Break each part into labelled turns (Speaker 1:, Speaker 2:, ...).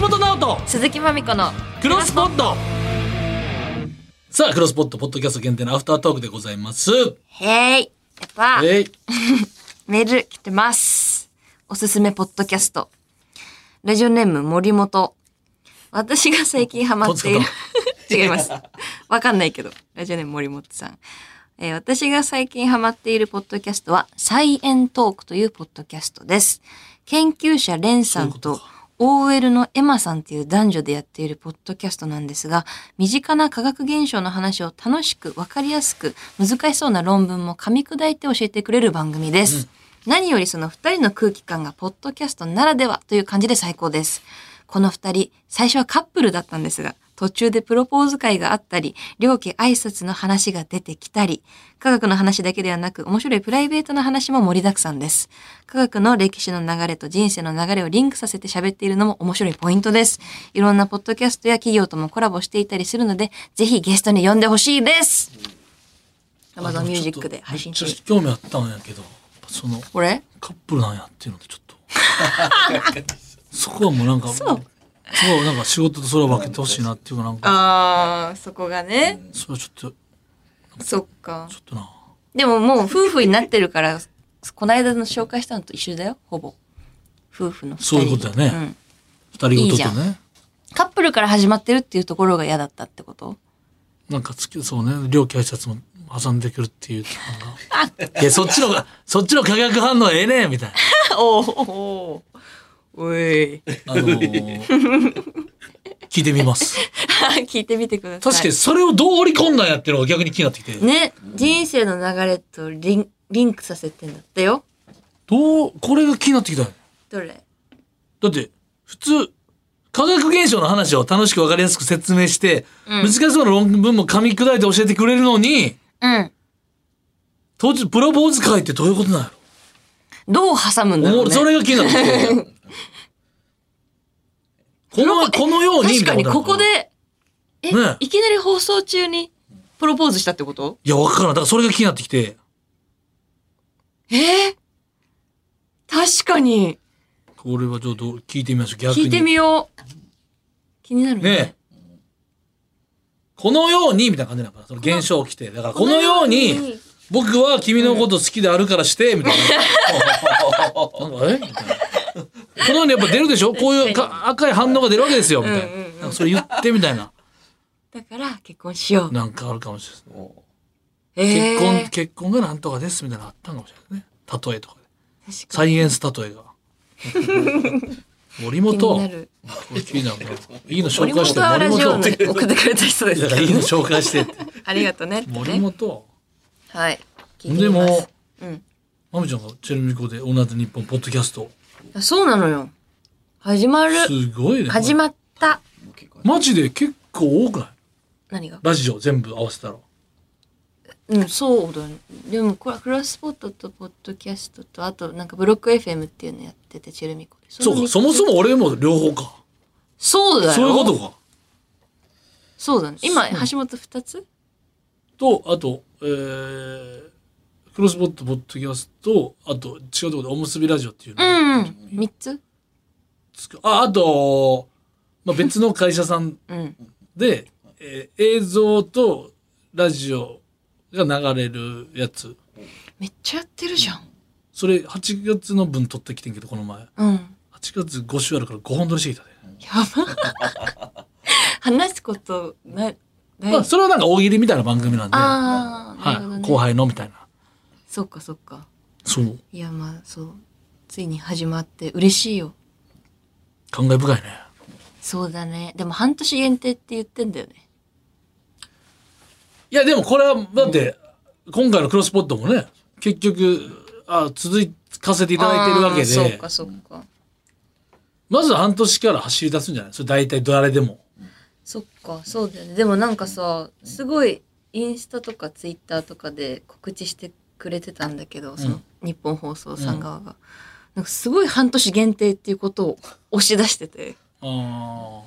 Speaker 1: 橋本直人
Speaker 2: 鈴木まみこの
Speaker 1: クロスポットさあクロスポットポッドキャスト限定のアフタートークでございます
Speaker 2: へいやっぱ
Speaker 1: えい
Speaker 2: メール来てますおすすめポッドキャストラジオネーム森本私が最近ハマっている
Speaker 1: ポ
Speaker 2: 違いますわかんないけどラジオネーム森本さんえー私が最近ハマっているポッドキャストは、サイエントークというポッドキャストです。研究者レンさ
Speaker 1: そう
Speaker 2: ん
Speaker 1: いうこと
Speaker 2: OL のエマさんという男女でやっているポッドキャストなんですが、身近な科学現象の話を楽しく、わかりやすく、難しそうな論文も噛み砕いて教えてくれる番組です。何よりその二人の空気感がポッドキャストならではという感じで最高です。この二人、最初はカップルだったんですが、途中でプロポーズ会があったり、両家挨拶の話が出てきたり、科学の話だけではなく、面白いプライベートな話も盛りだくさんです。科学の歴史の流れと人生の流れをリンクさせて喋っているのも面白いポイントです。いろんなポッドキャストや企業ともコラボしていたりするので、ぜひゲストに呼んでほしいです。アマゾンミュージックで配信中
Speaker 1: めっ。ちゃ興味あったんやけどやっぱその
Speaker 2: これ
Speaker 1: カップルなんやっていうのとちょっ とそこはもうなんか
Speaker 2: そう
Speaker 1: そうなんか仕事とそれを分けてほしいなっていうかなんか
Speaker 2: あー、そこがね。
Speaker 1: それはちょっと
Speaker 2: そっか
Speaker 1: ちょ。っとな
Speaker 2: でももう夫婦になってるから、この間の紹介したのと一緒だよ、ほぼ。夫婦の二人。
Speaker 1: そういうことだよね
Speaker 2: ん
Speaker 1: 二人
Speaker 2: いい
Speaker 1: ご
Speaker 2: じ
Speaker 1: と
Speaker 2: ゃ
Speaker 1: とね
Speaker 2: カップルから始まってるっていうところが嫌だったってこと
Speaker 1: なんかつきそうね両家挨拶も挟んでくるっていうなん かいやそっちのがそっちの化学反応ええねんみたいな
Speaker 2: おおおい
Speaker 1: あのー聞いてみます。
Speaker 2: 聞いてみてください
Speaker 1: 確かにそれをどう織り込んだんやっていうのが逆に気になってきて。
Speaker 2: ね人生の流れとリンリンクさせてんだってよ
Speaker 1: どう、これが気になってきたよ
Speaker 2: どれ
Speaker 1: だって、普通、科学現象の話を楽しくわかりやすく説明して、
Speaker 2: うん
Speaker 1: 難しそうな論文も噛み砕いて教えてくれるのに、
Speaker 2: うん
Speaker 1: 当日プロポーズ会ってどういうことなんや
Speaker 2: どう挟むんだ
Speaker 1: ろ、
Speaker 2: ろ
Speaker 1: お
Speaker 2: う
Speaker 1: も
Speaker 2: ね
Speaker 1: それが気になってきて。この、このようにみた
Speaker 2: 確か
Speaker 1: いな
Speaker 2: に
Speaker 1: と
Speaker 2: ここ。でえ、
Speaker 1: ね
Speaker 2: いきなり放送中にプロポーズしたってこと
Speaker 1: いや、わからん。だからそれが気になってきて、
Speaker 2: えー、確かに
Speaker 1: これはちょっと聞いてみましょう。逆に。
Speaker 2: 聞いてみよう気になるね
Speaker 1: ねえこのようにみたいな感じなのかなその現象起きてだからこのように僕は君のこと好きであるからしてみたい ななんかえみたいなこのようにやっぱ出るでしょこういうか赤い反応が出るわけですよみたいな,、
Speaker 2: うんうんうん
Speaker 1: なんかそれ言ってみたいな
Speaker 2: だから結婚しよう、
Speaker 1: なんかあるかもしれない
Speaker 2: え
Speaker 1: 結婚
Speaker 2: ー、
Speaker 1: 結婚がなんとかですみたいなのあったんかもしれないね例えとかで
Speaker 2: 確か
Speaker 1: サイエンス例えが森本
Speaker 2: に気になる
Speaker 1: これ気になるないいの
Speaker 2: 森
Speaker 1: 紹介して
Speaker 2: 本はラジオ
Speaker 1: 森
Speaker 2: に送ってくれた人で
Speaker 1: 本
Speaker 2: す
Speaker 1: いや
Speaker 2: か
Speaker 1: いいの紹介してって
Speaker 2: ありがとうねって
Speaker 1: 森
Speaker 2: ね。
Speaker 1: 本
Speaker 2: はい。聞いて
Speaker 1: で
Speaker 2: みます
Speaker 1: も、
Speaker 2: うん
Speaker 1: まみちゃんがチェルミコで同じ日本ポッドキャスト。
Speaker 2: あそうなのよ。始まる。
Speaker 1: すごいね。
Speaker 2: 始まった。
Speaker 1: マジで結構多くない
Speaker 2: 何が
Speaker 1: ラジオ全部合わせたら。
Speaker 2: うん、そうだね。でも、これはクロスポットとポッドキャストと、あと、なんかブロック FM っていうのやってて、チェルミコで。
Speaker 1: そうか、
Speaker 2: の三つ
Speaker 1: そもそも俺も両方か。
Speaker 2: そうだよ。
Speaker 1: そういうことか。
Speaker 2: そうだね。今、
Speaker 1: そう
Speaker 2: 橋本二つ
Speaker 1: と、あと、えー、クロスボットポッドキャスト、あと、違うところでおむすびラジオっていう
Speaker 2: う
Speaker 1: のを
Speaker 2: んうん。三つ
Speaker 1: つくあ、あと、まあ、別の会社さん
Speaker 2: うん。
Speaker 1: で、えー映像とラジオが流れるやつ。
Speaker 2: めっちゃやってるじゃん。
Speaker 1: それ8月の分撮ってきてんけど、この前。
Speaker 2: うん。
Speaker 1: 8月5週あるから5本撮りしてきたで、
Speaker 2: やば。話すこと、な、大
Speaker 1: まあ、それはなんか大喜利みたいな番組なんで、は
Speaker 2: ああ、なるほど
Speaker 1: い、
Speaker 2: ね。
Speaker 1: 後輩のみたいな
Speaker 2: そっかそっか。
Speaker 1: そう
Speaker 2: いやまあそうついに始まって嬉しいよ
Speaker 1: 感慨深いね
Speaker 2: そうだねでも半年限定って言ってんだよね
Speaker 1: いやでもこれはだって、今回のクロスポットもね結局あ続かせていただいてるわけ
Speaker 2: あーそう
Speaker 1: で
Speaker 2: かそうか
Speaker 1: まずは半年から走り出すんじゃないそれ大体誰でも
Speaker 2: そっかそうだよねでもなんかさすごいインスタとかツイッターとかで告知してくれてたんだけどその日本放送さん側が、なんかすごい半年限定っていうことを押し出してて
Speaker 1: あ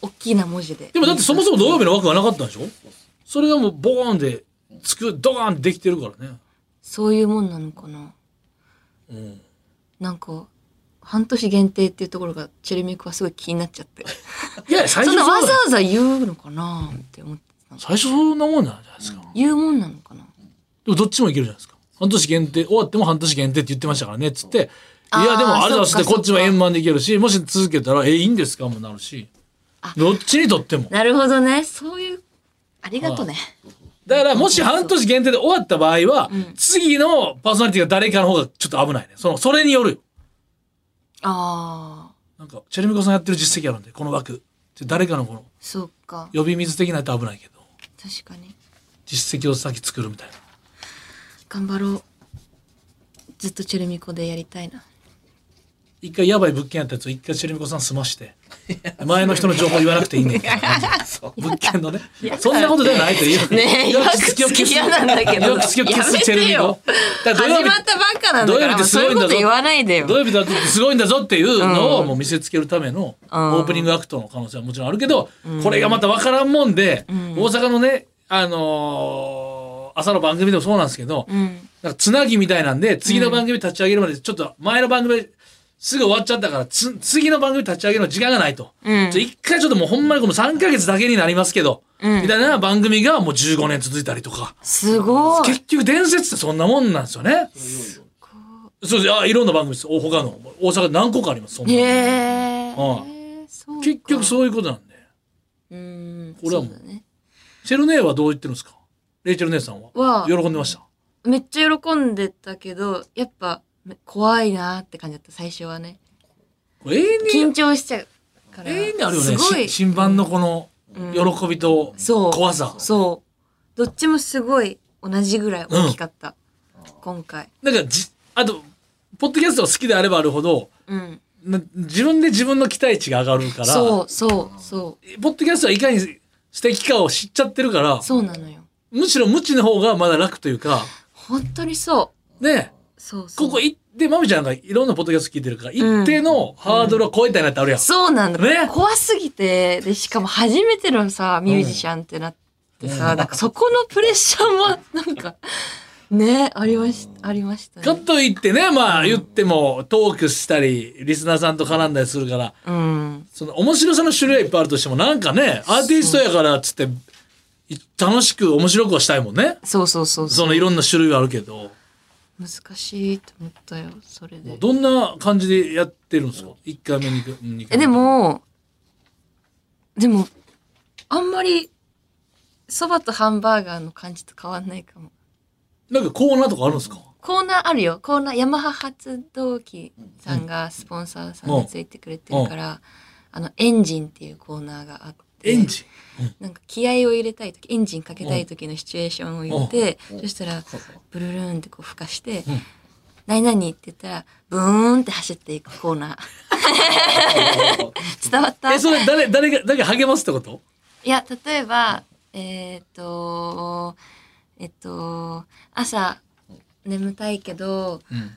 Speaker 2: 大きな文字で
Speaker 1: ーでもだってそもそも土曜日の枠がなかったんでしょそれがもうボーンでつくドカーンってできてるからね
Speaker 2: そういうもんなのかな
Speaker 1: うん
Speaker 2: なんか半年限定っていうところがチェルミクはすごい気になっちゃって
Speaker 1: いや最
Speaker 2: そ
Speaker 1: 初
Speaker 2: んな
Speaker 1: そう
Speaker 2: わ
Speaker 1: だ
Speaker 2: ざ
Speaker 1: よ
Speaker 2: わざ言うのかなって思ってたの
Speaker 1: 最初そんなもんなんじゃないですか、
Speaker 2: 言うもんなのかな
Speaker 1: でもどっちもいけるじゃないですか半年限定終わっても半年限定って言ってましたからねっつってい
Speaker 2: あー
Speaker 1: やでもあれだっつっ
Speaker 2: そってかそっか
Speaker 1: こっちも円満できるしもし続けたらえいいんですかもなるしどっちにとっても
Speaker 2: なるほどねそういうありがとね
Speaker 1: だからもし半年限定で終わった場合は、次のパーソナリティが誰かの方がちょっと危ないねそのそれによるよ
Speaker 2: ああ
Speaker 1: なんかチェルミコさんやってる実績あるんでこの枠って誰かのこの
Speaker 2: そうか
Speaker 1: 呼び水的なやつ危ないけど
Speaker 2: 確かに
Speaker 1: 実績を先作るみたいな
Speaker 2: 頑張ろうずっとチェルミコでやりたいな
Speaker 1: 一回やばい物件やったやつを一回チェルミコさん済まして前の人の情報言わなくていいねんみたいな感じ物件のねそんなことじゃないという
Speaker 2: ねえ
Speaker 1: よ
Speaker 2: よ
Speaker 1: く
Speaker 2: く
Speaker 1: つ
Speaker 2: つ
Speaker 1: きを消
Speaker 2: き
Speaker 1: す
Speaker 2: 嫌なんだけど
Speaker 1: よくつきを消すチェルミ
Speaker 2: やめ
Speaker 1: コだから土曜
Speaker 2: 始
Speaker 1: 日
Speaker 2: まったばっかなん
Speaker 1: 土曜日っ
Speaker 2: だから
Speaker 1: てす
Speaker 2: そう
Speaker 1: ごいう
Speaker 2: い
Speaker 1: ん
Speaker 2: こ
Speaker 1: だ
Speaker 2: と
Speaker 1: ぞ
Speaker 2: 言わないでよ
Speaker 1: 土曜日だってすごいんだぞっていうのをもう見せつけるためのオ
Speaker 2: ん
Speaker 1: ープニングアクトの可能性はもちろんあるけど、これがまた分からんもんで、大阪のね、あのー朝の番組でもそうなんですけど、
Speaker 2: うん
Speaker 1: なんかつなぎみたいなんで次の番組立ち上げるまでちょっと前の番組すぐ終わっちゃったからつ次の番組立ち上げるの時間がないと。
Speaker 2: うん
Speaker 1: ちょ一回ちょっともうほんまにこの3ヶ月だけになりますけど、
Speaker 2: うん
Speaker 1: みたいな番組がもう15年続いたりとか。
Speaker 2: すごい
Speaker 1: 結局伝説ってそんなもんなんですよね。そうです。あ、いろんな番組です。お他の。大阪何個かあります。そんな
Speaker 2: へ
Speaker 1: の
Speaker 2: え
Speaker 1: うん
Speaker 2: そうか
Speaker 1: 結局そういうことなんで。
Speaker 2: うん
Speaker 1: これはもう
Speaker 2: そうだね
Speaker 1: シェルネーはどう言ってるんですかレイチェル姉さんは。
Speaker 2: は
Speaker 1: 喜んでました。
Speaker 2: めっちゃ喜んでたけどやっぱめ怖いなーって感じだった最初はね
Speaker 1: これ永遠に、
Speaker 2: 緊張しちゃうから
Speaker 1: 永遠にあるよ
Speaker 2: す
Speaker 1: ね。
Speaker 2: ごい
Speaker 1: し新版のこの喜びと
Speaker 2: そう
Speaker 1: 怖さ。
Speaker 2: そうどっちもすごい同じぐらい大きかった、今回
Speaker 1: なんかじ、あと、ポッドキャストが好きであればあるほど、
Speaker 2: うん
Speaker 1: な自分で自分の期待値が上がるから、
Speaker 2: そうそうそ
Speaker 1: ポッドキャストはいかに素敵かを知っちゃってるから
Speaker 2: う、そうなのよ
Speaker 1: むしろ無知の方がまだ楽というか、
Speaker 2: 本当にそう
Speaker 1: ね、
Speaker 2: そうそう
Speaker 1: ここ行って、まみちゃんがいろんなポッドキャスト聞いてるから、一定のハードルを超えたいなってあるやん。
Speaker 2: そうなんだ、
Speaker 1: ね
Speaker 2: 怖すぎてでしかも初めてのさミュージシャンってなってさ、
Speaker 1: うん
Speaker 2: なんかそこのプレッシャーもなんか ねありましありました
Speaker 1: か
Speaker 2: ね
Speaker 1: といってね、まあ言ってもトークしたり、リスナーさんと絡んだりするから、
Speaker 2: うん
Speaker 1: その面白さの種類はいっぱいあるとしても、なんかね、アーティストやからっつって、い楽しく面白くはしたいもんね。
Speaker 2: そうそうそう
Speaker 1: そ
Speaker 2: そう
Speaker 1: のいろんな種類はあるけど、
Speaker 2: 難しいと思ったよそれで
Speaker 1: どんな感じでやってるんですか ?1 回目、2回目。二回
Speaker 2: え
Speaker 1: 目
Speaker 2: で、もでもあんまりそばとハンバーガーの感じと変わんないかも
Speaker 1: なんかコーナーとかあるんですか
Speaker 2: コーナーあるよコーナーヤマハ発動機さんがスポンサーさんについてくれてるから、あのエンジンっていうコーナーがあって
Speaker 1: エン ジ
Speaker 2: なんか気合を入れたい時エンジンかけたい時のシチュエーションを言って、そしたらブルルーンってこう吹かして「何々」って言ったらブーンって走っていくコーナー伝わった
Speaker 1: ン。え、それ誰、誰が、誰が励ますってこと
Speaker 2: いや、例えば、えーっ、と、えっと、朝、眠たいけど、
Speaker 1: うん。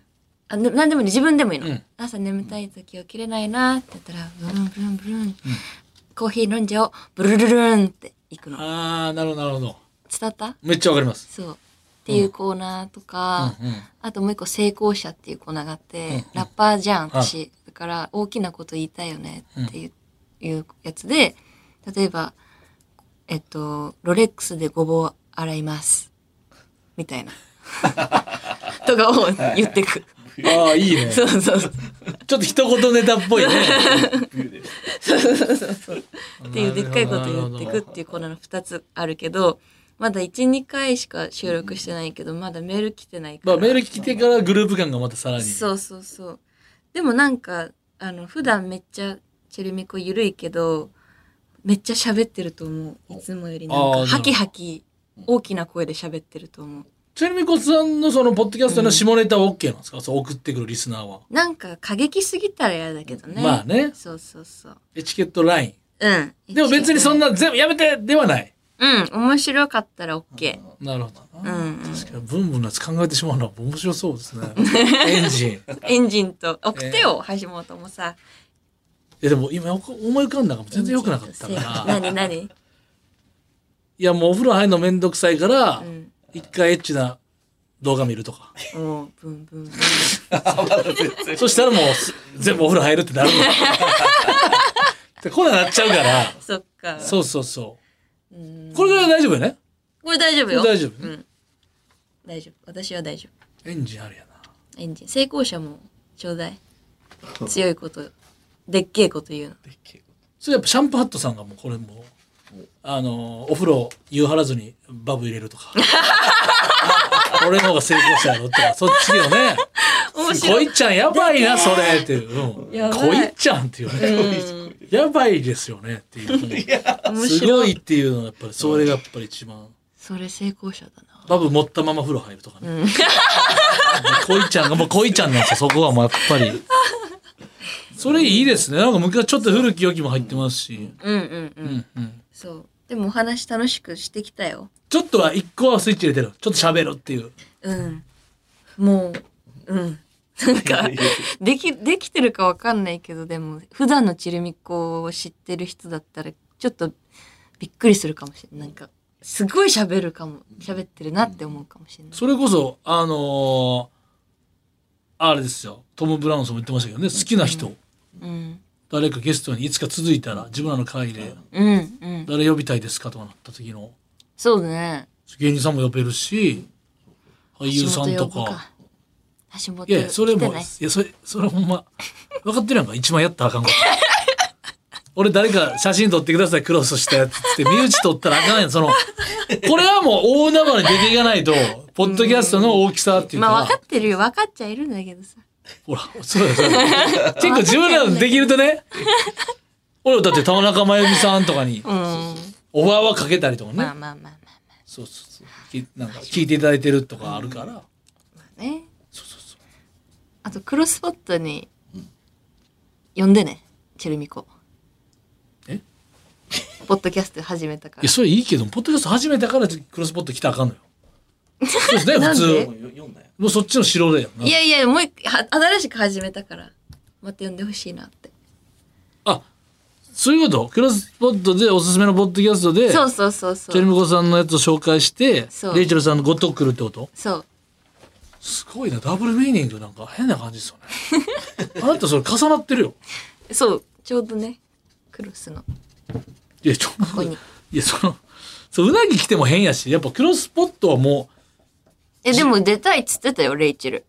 Speaker 2: あ、ななんでもいいの自分でもいいの。
Speaker 1: うん
Speaker 2: 朝眠たい時起きれないなって言ったら、ブルンブルンブルン、コーヒー飲んじゃおう、ブルルルルンって行くの。伝
Speaker 1: あー、なるほど、なるほど。
Speaker 2: わった
Speaker 1: めっちゃわかります。
Speaker 2: そう。っていうコーナーとか、
Speaker 1: うんうん
Speaker 2: あともう一個成功者っていうコーナーがあって、
Speaker 1: うん
Speaker 2: ラッパーじゃん、私。だから大きなこと言いたいよねっていう,、いうやつで、例えば、えっと、ロレックスでごぼう洗います。みた いな。とかを言ってく。
Speaker 1: あー、いいね。
Speaker 2: そうそうそう。
Speaker 1: ちょっと一言ネタっ ぽいね。
Speaker 2: っていうでっかいこと言ってくっていうコーナーの2つあるけど、まだ1、2回しか収録してないけど、まだメール来てないか
Speaker 1: ま
Speaker 2: ら。
Speaker 1: あメール来てからグループ感がまたさらに。
Speaker 2: そうそうそう。でもなんか、あの、普段めっちゃ、チェルミコ緩いけど、めっちゃ喋ってると思う。いつもよりなん
Speaker 1: あー
Speaker 2: か、ハキハキ、大きな声で喋ってると思う。
Speaker 1: ちなみにこさんのそのポッドキャストの下ネタは OK なんですか、そう送ってくるリスナーは。
Speaker 2: なんか、過激すぎたら嫌だけどね。
Speaker 1: まあね
Speaker 2: そうそうそう。
Speaker 1: エチケットライ
Speaker 2: うん。
Speaker 1: ン。でも別にそんな全部やめてではない。
Speaker 2: うん、面白かったら OK。
Speaker 1: なるほど
Speaker 2: う
Speaker 1: な。
Speaker 2: ん。
Speaker 1: 確かにブンブンのやつ考えてしまうのは面白そう ですね。エンジン。
Speaker 2: エンジンと、オクテオ、橋本もさ。
Speaker 1: えでも今思い浮かんだから全然良くなかったから。
Speaker 2: 何何
Speaker 1: いやもうお風呂入るのめんどくさいから、
Speaker 2: うん。
Speaker 1: 一回エッチな動画見るとか。
Speaker 2: もうブンブンブン
Speaker 1: そしたらもうす全部お風呂入るってな るの。でこれなっちゃうから。
Speaker 2: そっか
Speaker 1: そうそうそうう。
Speaker 2: ん
Speaker 1: これぐらいは大丈夫よね。
Speaker 2: これ大丈夫よ
Speaker 1: これ大丈夫
Speaker 2: う
Speaker 1: ね
Speaker 2: ん大丈夫私は大丈
Speaker 1: エンジンあるやな。
Speaker 2: 夫エンジン成功者もちょうだい強いことでっけえこと言うの
Speaker 1: それやっぱシャンプーハットさんがもうこれもう、あの、お風呂湯張らずにバブ入れるとか。俺の方が成功したやろとか、そっちよね。
Speaker 2: 面
Speaker 1: こ
Speaker 2: 白い
Speaker 1: いちゃんやばいな、それっていう。う
Speaker 2: や
Speaker 1: ん、
Speaker 2: ばい
Speaker 1: こいちゃんっていうね。
Speaker 2: うん
Speaker 1: やばいですよねっていう。す
Speaker 2: 面
Speaker 1: ご
Speaker 2: 白
Speaker 1: い
Speaker 2: い
Speaker 1: っていうのはやっぱり、それがやっぱり一番。
Speaker 2: それ成功者だな
Speaker 1: バブ持ったまま風呂入るとか ね。こいちゃんが、もうこいちゃんなんですよ、そこはもうやっぱ り。それいいですね。なんか昔ちょっと古き良きも入ってますし。
Speaker 2: うんうんう
Speaker 1: うんんうん。
Speaker 2: そうでもお話楽しくしてきたよ
Speaker 1: ちょっとは一個はスイッチ入れてる。ちょっと喋るっていう。
Speaker 2: うんもううんなんかできできてるかわかんないけどでも普段のちるみっ子を知ってる人だったらちょっとびっくりするかもしれないなんかすごい喋るかも喋ってるなって思うかもしれな い
Speaker 1: それこそ、あのーあれですよ。トム・ブラウンさんも言ってましたけどね、好きな人、
Speaker 2: うん
Speaker 1: 誰かゲストにいつか続いたら、自分らの会で、
Speaker 2: うんうん
Speaker 1: 誰呼びたいですかとかなった時の、
Speaker 2: そうだね
Speaker 1: 芸人さんも呼べるし、俳優さんとか。
Speaker 2: 橋本
Speaker 1: いやいや、それ
Speaker 2: 来て
Speaker 1: も、
Speaker 2: ない
Speaker 1: いや、それ、それほんま、分かってるやんか。一番やったらあかんこと。 俺誰か写真撮ってください、クロスしたやつって、身内撮ったらあかんやん。その、これはもう大海原に出ていかないと、ポッドキャストの大きさっていうか、
Speaker 2: まあ分かってるよ分かっちゃいるんだけどさ
Speaker 1: ほら、そうだよ、そうだよ。結構自分らできるとね、俺だって田中真由美さんとかに
Speaker 2: う、ん
Speaker 1: オファーはかけたりとかね、
Speaker 2: まあまあまあまあ
Speaker 1: そうそうそう、きなんか聞いていただいてるとかあるから、
Speaker 2: まあね
Speaker 1: そうそうそう。
Speaker 2: あとクロスポットに呼んでねチェルミコ
Speaker 1: え
Speaker 2: ポッドキャスト始めたか
Speaker 1: いや、
Speaker 2: ら
Speaker 1: それいいけど、ポッドキャスト始めたからクロスポット来たらあかんのよ。そうですね、
Speaker 2: な
Speaker 1: 普
Speaker 2: んで
Speaker 1: 通。
Speaker 3: 読んだよ。
Speaker 1: もうそっちの城だよ。
Speaker 2: いやいやもう一回は新しく始めたからまた呼んでほしいなって
Speaker 1: あ、そういうことクロスポットでおすすめのポッドキャストで、
Speaker 2: そうそうそう
Speaker 1: チェ
Speaker 2: そ
Speaker 1: ル
Speaker 2: う
Speaker 1: ミコさんのやつを紹介して
Speaker 2: そ、う
Speaker 1: レイチェルさんのごとくるってこと
Speaker 2: そう
Speaker 1: すごいな、ダブルメイニングなんか変な感じです よね。あなたそれ重なってるよ。
Speaker 2: そうちょうどねクロスの
Speaker 1: いや、ちょっと
Speaker 2: こ
Speaker 1: 待っ
Speaker 2: に
Speaker 1: て、いや、その、そう、うなぎ来ても変やし、やっぱクロスポットはもう、
Speaker 2: えでも出たいっつってたよレイチェル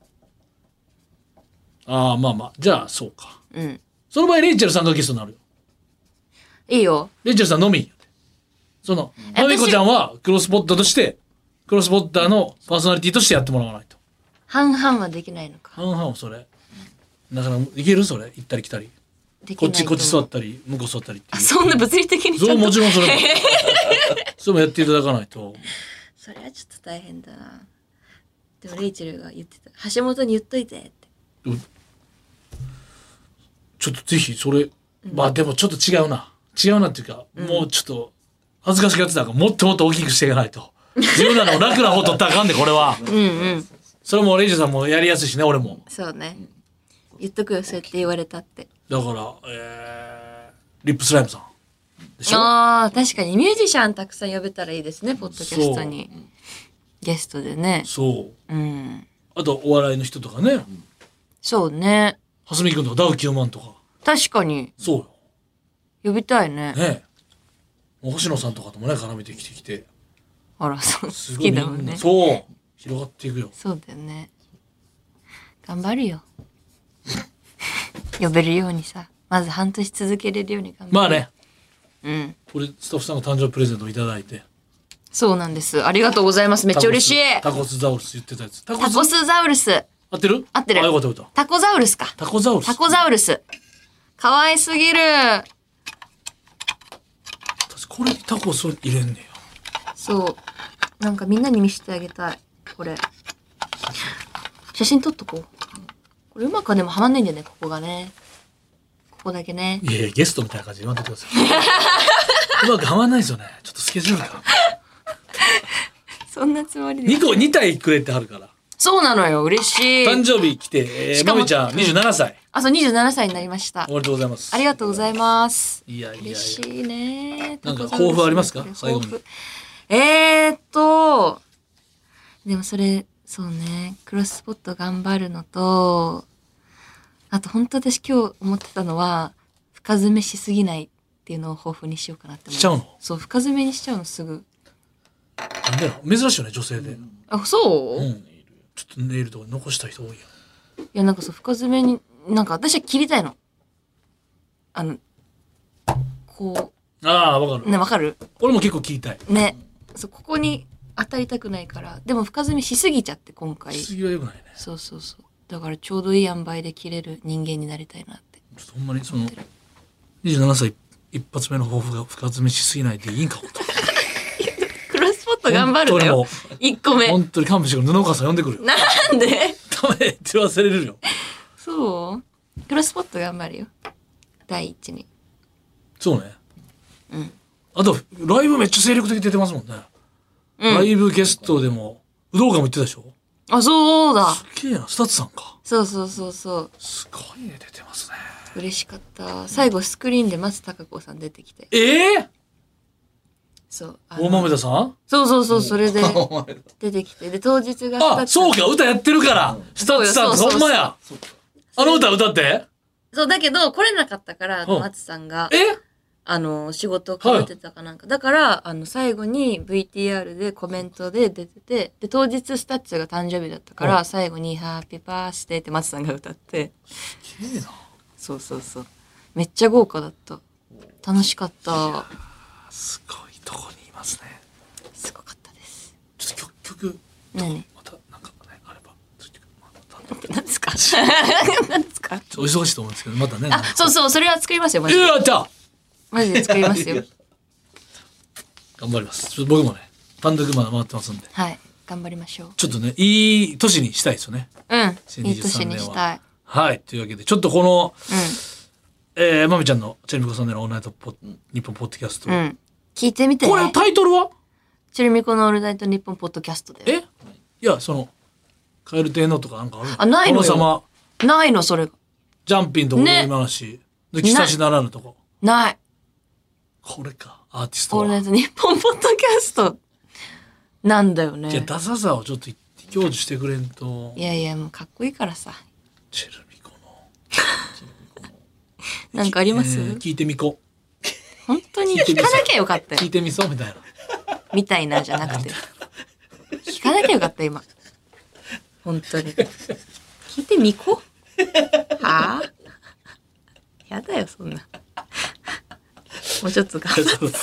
Speaker 1: ああ、まあまあ、じゃあ、そうか。
Speaker 2: うん
Speaker 1: その場合、レイチェルさんがゲストになるよ。
Speaker 2: いいよ
Speaker 1: レイチェルさんのみ。その、
Speaker 2: 私
Speaker 1: まみこちゃんはクロスポッターとして、クロスポッターのパーソナリティとしてやってもらわないと。
Speaker 2: 半々はできないのか
Speaker 1: 半々それ。だから、いけるそれ。行ったり来たり。
Speaker 2: でき
Speaker 1: こ
Speaker 2: な
Speaker 1: っ
Speaker 2: い
Speaker 1: ち、こっち座
Speaker 2: そ
Speaker 1: っ
Speaker 2: う
Speaker 1: たり、向こう座ったりって
Speaker 2: あ
Speaker 1: いう。
Speaker 2: そんな物理的に
Speaker 1: そ
Speaker 2: ちょ
Speaker 1: れ
Speaker 2: っと
Speaker 1: もちろんそれ も。それもやっていただかないと。
Speaker 2: それはちょっと大変だなでもレイチェルが言ってた橋本に言っといてって
Speaker 1: うんちょっとぜひ、それ、まあでもちょっと違うな。違うなっていうか、もうちょっと、恥ずかしがってたから、もっともっと大きくしていかないと。自分らの楽な方取ったらあかんで、これは。
Speaker 2: うんうん
Speaker 1: それもレイジェルさんもやりやすいしね、俺も。
Speaker 2: そうね。言っとくよ、そうやって言われたって。
Speaker 1: だから、えー、リップスライムさん。でしょ
Speaker 2: ああ、確かにミュージシャンたくさん呼べたらいいですね、ポッドキャストに。ゲストでね。
Speaker 1: そう。
Speaker 2: うん。
Speaker 1: あと、お笑いの人とかね。
Speaker 2: そうね。
Speaker 1: はすみくんとか、ダウ9万とか。
Speaker 2: 確かに、
Speaker 1: そうよ。
Speaker 2: 呼びたいね。
Speaker 1: ねえ。星野さんとかともね、絡めてきてきて。
Speaker 2: あら、そう、
Speaker 1: す
Speaker 2: 好
Speaker 1: ごいみ
Speaker 2: き
Speaker 1: ん
Speaker 2: だ
Speaker 1: な
Speaker 2: もんね。そう
Speaker 1: そう。広がっていくよ。
Speaker 2: だよね。頑張る よ。呼べるようにさ。まず半年続けれるように頑張る。
Speaker 1: まあね、
Speaker 2: うん。
Speaker 1: これ、スタッフさんが誕生日プレゼントをいただいて。
Speaker 2: そうなんです。ありがとうございます。めっちゃ嬉しい。
Speaker 1: タコスタコスザウルス言ってたやつ。タコ
Speaker 2: タコ
Speaker 1: ス
Speaker 2: スザウルス。
Speaker 1: 合ってる
Speaker 2: 合ってる
Speaker 1: あ、よかったよかっ
Speaker 2: タコザウルスか。
Speaker 1: た。タコザウルス。
Speaker 2: タコザウルス。かわいすぎる。
Speaker 1: 私これにタコスを入れんね
Speaker 2: そう。なんかみんなに見せてあげたい。これ。写真撮っとこう。これうまくはでもはまんないんだよね、ここがね。ここだけね。
Speaker 1: や。いやいや、ゲストみたいな感じで言わんといてください。う まくはまんないですよね。ちょっとスケジュールが。
Speaker 2: そんなつもり
Speaker 1: 2。個、2体くれてあるから。
Speaker 2: そうなのよ、嬉し
Speaker 1: 誕
Speaker 2: い。
Speaker 1: 生日来て、え
Speaker 2: し
Speaker 1: ー、
Speaker 2: か
Speaker 1: ま
Speaker 2: も
Speaker 1: みちゃん27歳。
Speaker 2: あと27歳になりました
Speaker 1: お。めでとうございます。
Speaker 2: ありがとうございます。
Speaker 1: いやいやいや
Speaker 2: 嬉。しいね。
Speaker 1: なんか抱負ありますか
Speaker 2: 抱負
Speaker 1: 最後に
Speaker 2: えーっと、でもそれ、そうねクロススポット頑張るのとあと本当私今日思ってたのは深詰めしすぎないっていうのを抱負にしようかなって思
Speaker 1: しちゃうの
Speaker 2: そう深詰めにしちゃうのすぐ
Speaker 1: なんでなの珍しいよね女性で、
Speaker 2: あそう、
Speaker 1: う
Speaker 2: い
Speaker 1: んちょっとネイルとか残した人多いやん
Speaker 2: やなんかそう深詰めになんか私は切りたいのあのこ
Speaker 1: ああわか
Speaker 2: う
Speaker 1: る、
Speaker 2: ねわかる
Speaker 1: 俺も結構聞いたい
Speaker 2: ねそうここに当たりたくないからでも深詰めしすぎちゃって今回
Speaker 1: 次はよくないね
Speaker 2: そうそうそうだからちょうどいい塩梅で切れる人間になりたいなって
Speaker 1: ちょっとほんまにその27歳一発目の抱負が深詰めしすぎないでいいんかもと
Speaker 2: クロスポット 頑張るんだよ
Speaker 1: 本
Speaker 2: 1個目
Speaker 1: 本当に勘弁してくれ布川さん呼んでくるよ
Speaker 2: なんで
Speaker 1: ダメって忘れるよ
Speaker 2: そうクロスポット頑張るよ第一に
Speaker 1: そうねうんあとライブめっちゃ精力的に出てますもんね、
Speaker 2: うん
Speaker 1: ライブゲストでも武道館も行ってたでしょ
Speaker 2: あそうだ
Speaker 1: すげえなスタッツさんか
Speaker 2: そうそうそうそう
Speaker 1: すごいね出てますね
Speaker 2: 嬉しかった最後スクリーンで松たか子さん出てきて
Speaker 1: ええ
Speaker 2: そうあの
Speaker 1: 大豆田さん
Speaker 2: そうそうそうそれで
Speaker 3: お前
Speaker 2: 出てきてで当日が
Speaker 1: あそうか歌やってるからスタッツさんほん
Speaker 2: そうよそうそう
Speaker 1: まやあの歌歌って
Speaker 2: そうだけど来れなかったから
Speaker 1: うん
Speaker 2: 松さんが
Speaker 1: え
Speaker 2: あの仕事をかぶってたかなんか、だからあの最後に VTR でコメントで出ててで当日スタッツが誕生日だったから、
Speaker 1: は
Speaker 2: 最後に「ハッピーバースデー」って松さんが歌って
Speaker 1: いいな
Speaker 2: そうそうそうめっちゃ豪華だった楽しかった
Speaker 1: すごいとこにいますね
Speaker 2: すごかったです
Speaker 1: ちょっと曲曲
Speaker 2: 何
Speaker 1: またなんかねあればちょっとまた
Speaker 2: 何ですか 何ですか
Speaker 1: ちょっとお忙しいと思うんですけどまたね
Speaker 2: あそうそうそれは作りますよマジ
Speaker 1: い
Speaker 2: で
Speaker 1: ややった
Speaker 2: マジで作りま すよ
Speaker 1: 頑張りますちょっと僕もね単独まだ回ってますんで
Speaker 2: はい頑張りましょう
Speaker 1: ちょっとねいい年にしたいですよね
Speaker 2: うんいい
Speaker 1: 2023
Speaker 2: 年に
Speaker 1: 年
Speaker 2: したい
Speaker 1: ははいというわけでちょっとこの
Speaker 2: う
Speaker 1: えーまみちゃんのチェルミコさんでのオールナイトポ日本ポッドキャスト
Speaker 2: んうん聞いてみて
Speaker 1: これタイトルは
Speaker 2: チェルミコのオールナイトニッポンポッドキャストで
Speaker 1: えいやその蛙亭のとかなんかある
Speaker 2: あないのよ
Speaker 1: 殿様
Speaker 2: ないのそれが
Speaker 1: ジャンピンとこ今話で岸差しならぬとこ
Speaker 2: ない
Speaker 1: これかアーティスト
Speaker 2: オールナ
Speaker 1: は
Speaker 2: イトニッポンポッドキャストなんだよね
Speaker 1: じゃあダサさをちょっと享受してくれんと
Speaker 2: いやいやもうかっこいいからさ
Speaker 1: チェルミコの
Speaker 2: なんかあります、
Speaker 1: えー聞いてみこ
Speaker 2: 本当に聞かなきゃよかったよ
Speaker 1: 聞いてみそうみたいな
Speaker 2: みたいなじゃなくて聞かなきゃよかった今本当に聞いてみこはあやだよそんなもうちょっと頑張って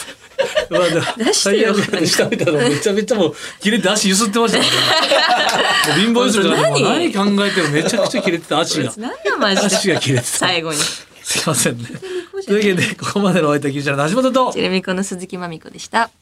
Speaker 1: まあでも
Speaker 2: 出してよ
Speaker 1: 最悪で調べたらめちゃめちゃもう切れて足ゆすってましたもん、 ね、もう貧乏ゆすりじゃなくてもう何
Speaker 2: 何
Speaker 1: 考えてもめちゃくちゃ切れてた足が
Speaker 2: なんだマジ
Speaker 1: 足
Speaker 2: で
Speaker 1: が切れてた
Speaker 2: 最後に
Speaker 1: すいませんねというわけでここまでのお相手は岸田の橋本と
Speaker 2: ジェルミコの鈴木まみこでした